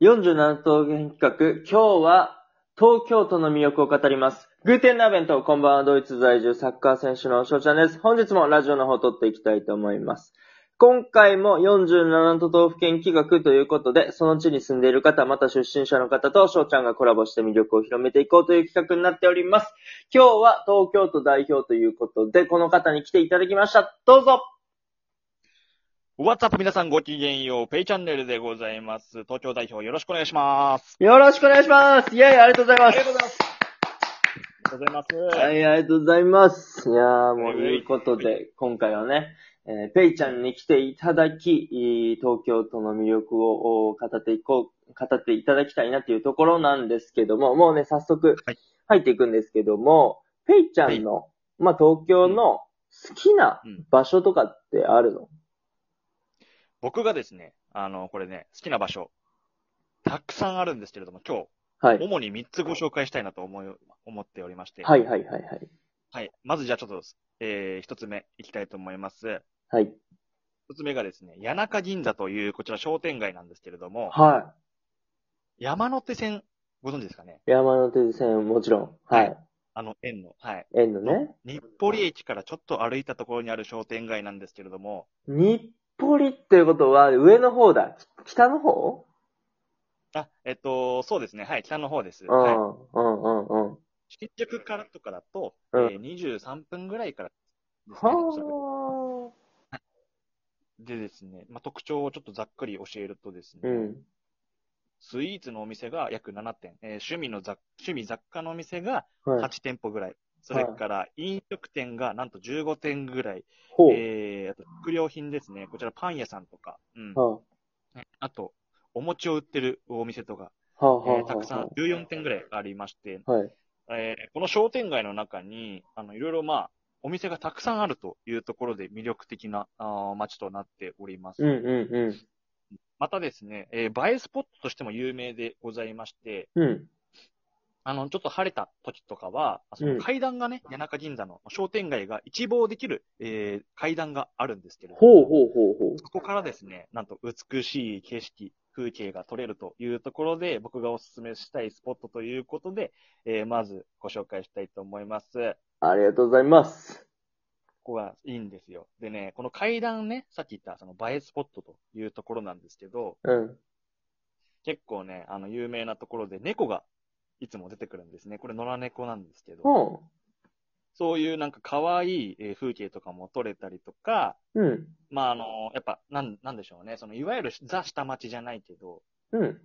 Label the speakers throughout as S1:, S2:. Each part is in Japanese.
S1: 47都道府県企画、今日は東京都の魅力を語ります。グーテンナーベント、こんばんは、ドイツ在住サッカー選手の翔ちゃんです。本日もラジオの方を撮っていきたいと思います。今回も47都道府県企画ということで、その地に住んでいる方、また出身者の方と翔ちゃんがコラボして魅力を広めていこうという企画になっております。今日は東京都代表ということで、この方に来ていただきました。どうぞ
S2: What's up? 皆さんごきげんよう。ペイチャンネルでございます。東京代表よろしくお願いします。
S1: よろしくお願いしますイェイありがとうございます
S2: ありがとうございます。
S1: はい、ありがとうございます。いやー、もう、と
S2: はい
S1: いうことで、今回はね、えーペイちゃんに来ていただき、いい東京都の魅力をお語っていこう、語っていただきたいなっていうところなんですけども、もうね、早速
S2: はい、
S1: 入っていくんですけども、ペイちゃんの、まあ、東京の好きな
S2: うん
S1: 場所とかってあるの
S2: 僕がですね、あの、これね、好きな場所、たくさんあるんですけれども、今
S1: は
S2: 日、
S1: い。
S2: 主に3つご紹介したいなと思い、思っておりまして。。
S1: はいい、はい、はい、はい。
S2: はい。まずじゃあちょっと、えー、1つ目いきたいと思います。
S1: はい。
S2: 1つ目がですね、谷中銀座というこちら商店街なんですけれども、
S1: は
S2: 山手線、ご存知ですかね
S1: い。山手線、もちろん。はい。
S2: あの、円の。はい。
S1: 円のね。
S2: 日暮里駅からちょっと歩いたところにある商店街なんですけれども、
S1: 日暮里っていうことは、上の方だ。き北の方
S2: あ、えっと、そうですね。はい、北の方です。
S1: うん、
S2: はい。
S1: うん、うん、うん。
S2: 新宿からとかだと、
S1: うん
S2: えー23分ぐらいからですね、おそらく
S1: は
S2: でですね、まあ、特徴をちょっとざっくり教えるとですね、
S1: あ。うん。
S2: スイーツのお店が約7店、えー趣味の雑、趣味雑貨のお店が
S1: はい。
S2: 8店舗ぐらい、それから飲食店がなんと15店ぐらい、
S1: ほう。
S2: えーあと食料品ですね、こちらパン屋さんとか、うん、
S1: は
S2: あと、お餅を売ってるお店とか、
S1: あ、はあ、はあ。
S2: えーたくさん
S1: は
S2: 14店ぐらいありまして、
S1: あはい。
S2: えーこの商店街の中に、あの、いろいろまあ、お店がたくさんあるというところで魅力的な、あー街となっております。
S1: うん、うん、う
S2: またですね、えー映えスポットとしても有名でございまして、
S1: ん。うん。
S2: あの、ちょっと晴れた時とかは、そ
S1: うん
S2: の階段がね、谷中銀座の商店街が一望できる、えー階段があるんですけれども、
S1: ほう、ほう、ほう、ほう。
S2: そこからですね、なんと美しい景色、風景が撮れるというところで、僕がお勧めしたいスポットということで、えーまずご紹介したいと思います。
S1: ありがとうございます。
S2: ここがいいんですよ。でね、この階段ね、さっき言ったその映えスポットというところなんですけど、
S1: うん。
S2: 結構ね、あの、有名なところで猫がいつも出てくるんですね。これ野良猫なんですけど、
S1: ほ
S2: そういうなんか可愛いえー風景とかも撮れたりとか、
S1: う。うん。
S2: まああの、やっぱ、なん、なんでしょうね。その、いわゆるザ下町じゃないけど、
S1: うん。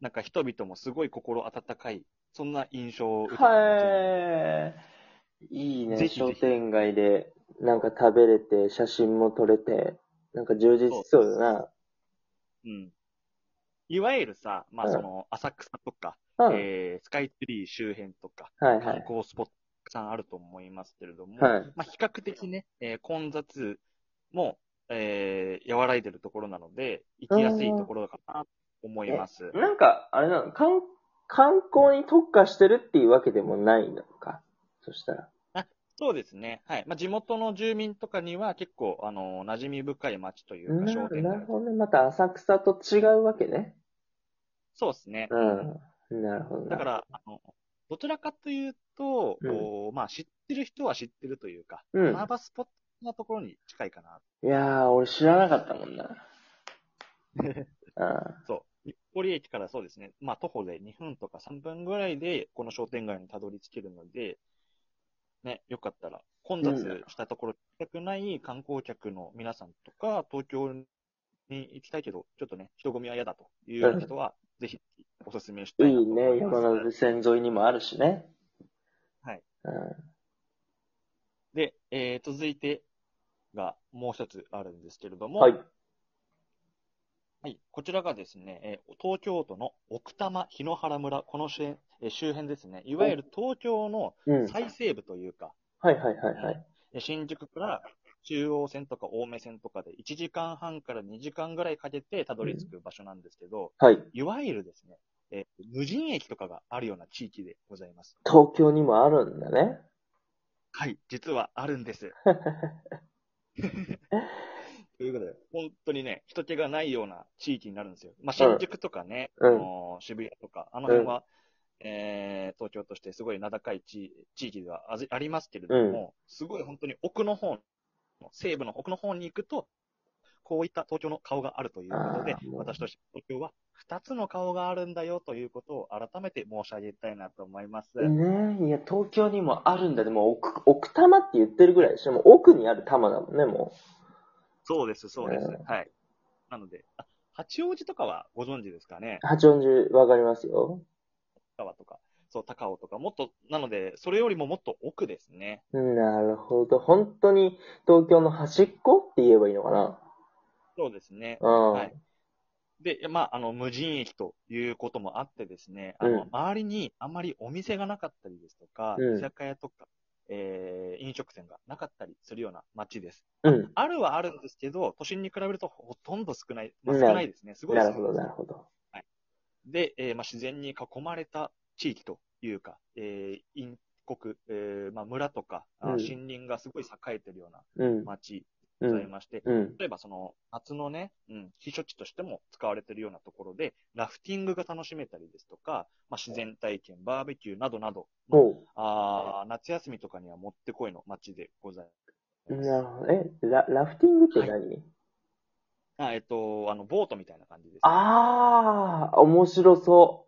S2: なんか人々もすごい心温かい、そんな印象を受けた街
S1: はい。いいね。
S2: ぜひぜ
S1: 商
S2: ひ
S1: 店街で、なんか食べれて、写真も撮れて、なんか充実しそうだ
S2: うん。いわゆるさ、まあその、浅草とか、
S1: な。うん。
S2: えースカイツリー周辺とか、
S1: はい、は
S2: 観
S1: い。
S2: 光スポットたくさんあると思いますけれども、
S1: はい。
S2: まあ、比較的ね、えー混雑も、えー和らいでるところなので、行きやすいところかなと思います。
S1: なんか、あれなの、観、観光に特化してるっていうわけでもないのか。そしたら。
S2: そうですね。はい。まあ、地元の住民とかには結構、あの、馴染み深い街というか、商
S1: な
S2: 店
S1: なる
S2: 街。
S1: ほどね。また浅草と違うわけね。
S2: そうですね。
S1: うん。なるほどな。
S2: だから、あの、どちらかというと、
S1: うん
S2: こうまあ、知ってる人は知ってるというか、
S1: うん
S2: 穴場スポットなところに近いかな。
S1: いやー、俺知らなかったもんな。あ
S2: そう。日暮里駅からそうですね。まあ、徒歩で2分とか3分ぐらいで、この商店街にたどり着けるので、ね、よかったら、混雑したところ、行きたくない観光客の皆さんとか、東京に行きたいけど、ちょっとね、人混みは嫌だというような人は、ぜひ、お勧めした
S1: い
S2: いな
S1: い
S2: と思
S1: ね。
S2: います。
S1: 山手線沿いにもあるしね。
S2: はい。
S1: う
S2: で、えー、続いてが、もう一つあるんですけれど
S1: ん。
S2: も、
S1: はい。
S2: はい、こちらがですね、えー東京都の奥多摩檜原村、この周辺,、えー周辺ですね、いわゆる東京の
S1: うん。はい
S2: 最西部というか、
S1: はいはいはい。
S2: えー新宿から中央線とか青梅線とかで1時間半から2時間ぐらいかけてたどり着く場所なんですけど、
S1: はい。
S2: いわゆるですね、えー無人駅とかがあるような地域でございます。
S1: 東京にもあるんだね。
S2: はい、実はあるんです。ということで、本当にね、人気がないような地域になるんですよ。まあ、
S1: うん
S2: 新宿とかね、
S1: うん
S2: あのー渋谷とか、あの辺は、えー東京としてすごい名高い地地域ではあずありますけれども、すごい本当に奥の方の、西部の奥の方に行くと、こういった東京の顔があるということで
S1: あー、もう
S2: 私として東京は2つの顔があるんだよということを改めて申し上げたいなと思います。
S1: ねえ、いや、東京にもあるんだ。でも、奥、奥多摩って言ってるぐらいでしょ。もう奥にある多摩だもんね、も
S2: そうです、そうです。
S1: う
S2: はい。なので、あ八王子とかはご存知ですかね
S1: う。八王子、わかりますよ。
S2: 川とか、そう、高尾とか、もっと、なので、それよりももっと奥ですね。
S1: なるほど。本当に、東京の端っこって言えばいいのかな。
S2: そうですね。
S1: うん。
S2: はいで、まあ、あの、無人駅ということもあってですね、あの、
S1: うん
S2: 周りにあんまりお店がなかったりですとか、
S1: うん
S2: 居酒屋とか、えー飲食店がなかったりするような街です。
S1: うん。
S2: あるはあるんですけど、都心に比べるとほとんど少ない、まあ、
S1: うん
S2: 少ないですね。すごい少
S1: な
S2: な
S1: る
S2: い
S1: ほど、なるほど。
S2: で、えーまあ、自然に囲まれた地域というか、えー、陰国、えーまあ、村とか、あー
S1: うん
S2: 森林がすごい栄えてるような
S1: うん。
S2: 町
S1: う
S2: ござい
S1: ん。
S2: まして、
S1: うん。
S2: 例えばその夏のね、うん、避暑地としても使われてるようなところで、ラフティングが楽しめたりですとか、まあ、自然体験、バーベキューなどなど、ま
S1: ほ。
S2: あー夏休みとかにはもってこいの町でございうます。
S1: なるほど。え、ラ、ラフティングって何、
S2: あえっと、あの、ボートみたいな感じです。
S1: あー、面白そ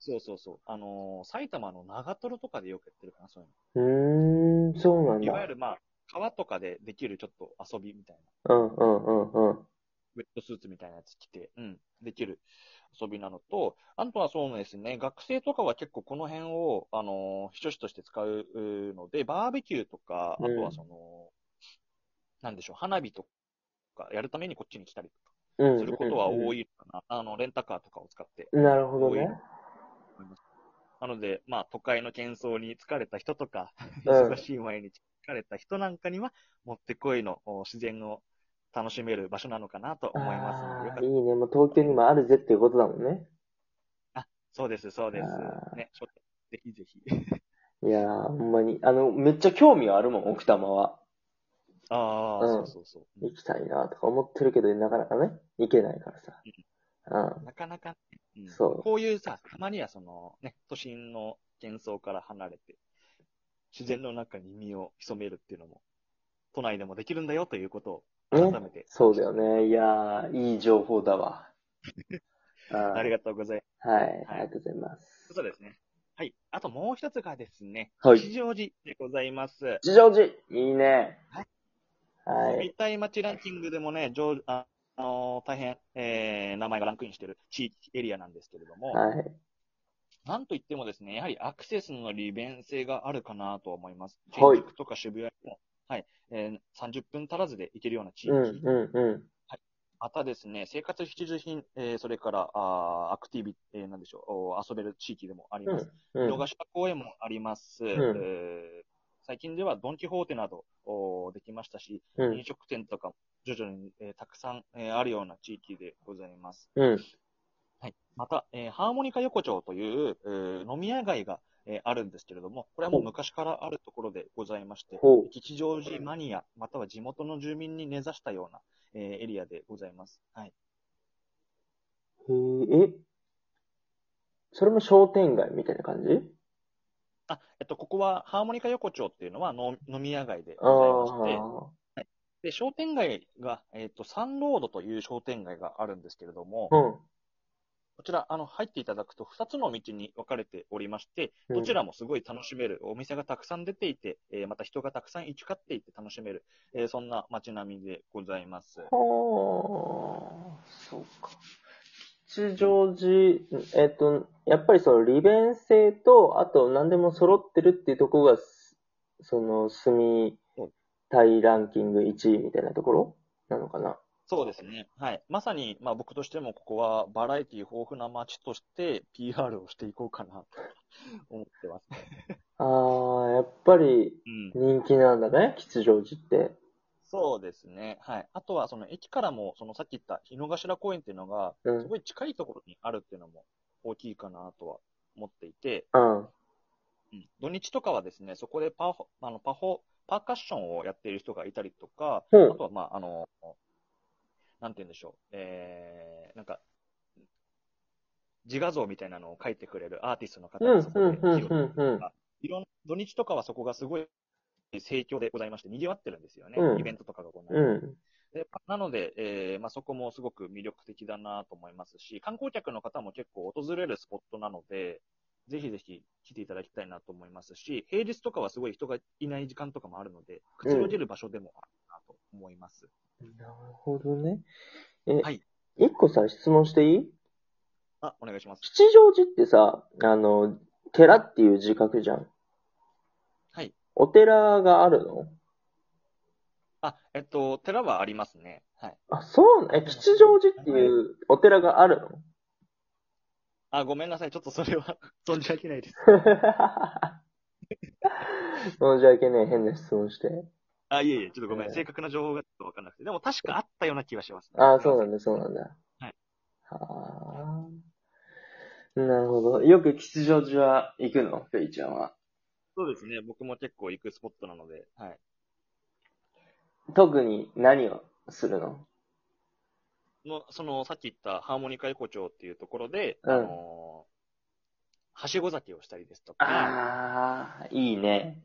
S2: そうそうそう。あのー埼玉の長瀞とかでよくやってるかな、そうい
S1: う。
S2: うの。
S1: うーん、そうなん
S2: いわ
S1: だ。
S2: ゆる、まあ、川とかでできるちょっと遊びみたいな、
S1: うん、うん、うん、うん。
S2: ウェットスーツみたいなやつ着て、うん、できる遊びなのと、あとはそうですね、学生とかは結構この辺を、あのー、避暑地として使うので、バーベキューとか、あ
S1: うん
S2: とはその、なんでしょう、花火とかやるためにこっちに来たり
S1: う
S2: と
S1: ん。
S2: かすることは多
S1: い。
S2: いかな。あの、レンタカーとかを使って。
S1: なるほどね。
S2: なので、まあ、都会の喧騒に疲れた人とか、
S1: うん
S2: 忙しい毎日疲れた人なんかには、もってこいのお自然を楽しめる場所なのかなと思いますので、よ
S1: あーい
S2: かった
S1: いね。もう東京にもあるぜっていうことだもんね。
S2: そうです、そうで
S1: あ
S2: す。ね、ちょっとぜひぜひ。
S1: いやー、ほんまに。あの、めっちゃ興味はあるもん、奥多摩は。
S2: ああ、
S1: うん
S2: そうそうそう。
S1: 行きたいなとか思ってるけど、なかなかね、行けないからさ。うん。
S2: なかなかね、うん
S1: そう
S2: こういうさ、たまにはその、ね、都心の喧騒から離れて、自然の中に身を潜めるっていうのも、都内でもできるんだよということを改めて、
S1: そうだよね。いやー、いい情報だ わ。
S2: あ
S1: あ
S2: り
S1: が
S2: がとうございます。
S1: はい、ありがとうございます。
S2: そうですね。はい。あともう一つがですね、
S1: はい
S2: 吉祥寺でございます。
S1: 吉祥寺いいね。
S2: はい
S1: は
S2: 住み
S1: い。
S2: たい街ランキングでもね、上ああのー大変、えー名前がランクインしている地域エリアなんですけれども、
S1: はい。
S2: なんといってもですね、やはりアクセスの利便性があるかなと思います。
S1: はい
S2: 新宿とか渋谷も、はい、えー30分足らずで行けるような地域。
S1: うん、うん、う
S2: またですね、生活必需品、えーそれから、あーアクティビ、えーなんでしょう、お遊べる地域でもあります。
S1: ん。うん
S2: 洋菓子公園もあります。えー最近ではドン・キホーテなどおーできましたし、
S1: うん
S2: 飲。食店とかも徐々に、えーたくさん、えーあるような地域でございます。
S1: うん。
S2: はい、また、えーハーモニカ横丁という、えー飲み屋街が、えーあるんですけれども、これはもう昔からあるところでございまして、
S1: ほ
S2: 吉祥寺マニア、または地元の住民に根ざしたような、えーエリアでございます。はい、
S1: う。へえ、えそれも商店街みたいな感じ
S2: あえっと、ここはハーモニカ横丁っていうのはの飲み屋街で
S1: あ
S2: ございまして、
S1: ー
S2: で、商店街が、えっ、と、サンロードという商店街があるんですけれども、
S1: う
S2: こ
S1: ん。
S2: ちら、あの、入っていただくと2つの道に分かれておりまして、
S1: うん
S2: どちらもすごい楽しめる、お店がたくさん出ていて、えーまた人がたくさん行き交っていて楽しめる、えーそんな街並みでございます。
S1: はあ、そうか。吉祥寺、えっと、やっぱりその利便性と、あと何でも揃ってるっていうところが、すその住みたいランキング1位みたいなところなのかな。
S2: そうですね。はい。まさに、まあ僕としてもここはバラエティ豊富な街として PR をしていこうかなと思っ てます。
S1: ああ、やっぱり
S2: うん。
S1: 人気なんだね、吉祥寺って。
S2: そうですね。はい。あとは、その駅からも、そのさっき言った井の頭公園っていうのが、
S1: うん
S2: すごい近いところにあるっていうのも大きいかなとは思っていて、
S1: うん。
S2: うん、土日とかはですね、そこでパフォあのパフォパーカッションをやっている人がいたりとか、
S1: ほ
S2: あ
S1: う。
S2: とは、まあ、あの、なんて言うんでしょう、えー、なんか、自画像みたいなのを描いてくれるアーティストの方
S1: うん、
S2: がそこで
S1: うん、
S2: 披露
S1: うん、うん。
S2: いろんな土日とかはそこがすごい盛況でございまして、賑わってるんですよね、
S1: うん
S2: イベントとかが行われて。
S1: うん。
S2: でなので、えーまあ、そこもすごく魅力的だなと思いますし、観光客の方も結構訪れるスポットなので、ぜひぜひ来ていただきたいなと思いますし、平日とかはすごい人がいない時間とかもあるので、くつろげる場所でもあるなと思います。
S1: なるほどね。え、
S2: はい
S1: 一個さ、質問していい
S2: あ、お願いします。
S1: 吉祥寺ってさ、あの、寺っていう字書くじゃん。
S2: はい。
S1: お寺があるの
S2: あ、えっと、寺はありますね。はい。
S1: あ、そうな、え、吉祥寺っていうお寺があるの
S2: あ、ごめんなさい。ちょっとそれは 存じ上げないです。
S1: 申し訳ねえ、変な質問して。
S2: あ、いえいえ、ちょっとごめ
S1: え
S2: ん。
S1: え
S2: 正確な情報がちょっとわかんなくて。でも確かあったような気がします、
S1: ああ、そうなんんだ、そうなんだ。
S2: はい。
S1: はあ。なるほど。よく吉祥寺は行くのペイちゃんは。
S2: そうですね。僕も結構行くスポットなので、はい。
S1: 特に何をするの
S2: の、その、さっき言ったハーモニカ横丁っていうところで、
S1: うん
S2: あのーはしご酒をしたりですとか、
S1: ああ、いいね。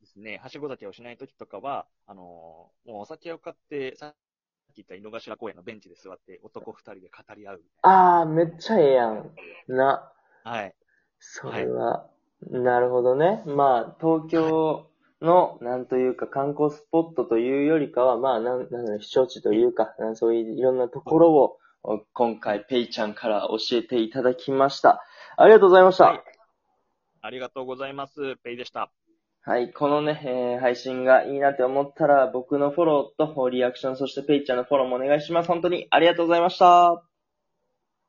S2: ですね、はしご酒をしないときとかは、あのーもうお酒を買って、さっき言った井の頭公園のベンチで座って、男二人で語り合うみたい
S1: ああ、めっちゃええやん。な。
S2: な。はい。
S1: それは、なるほどね。まあ、東京の、なんというか、観光スポットというよりかは、まあ、なん、なんだろう、避暑地というか、なんそういういろんなところを、お今回、ペイちゃんから教えていただきました。ありがとうございました。
S2: はいありがとうございます。ペイでした。
S1: はい、このね、えー配信がいいなって思ったら、僕のフォローとリアクション、そしてペイちゃんのフォローもお願いします。本当にありがとうございました。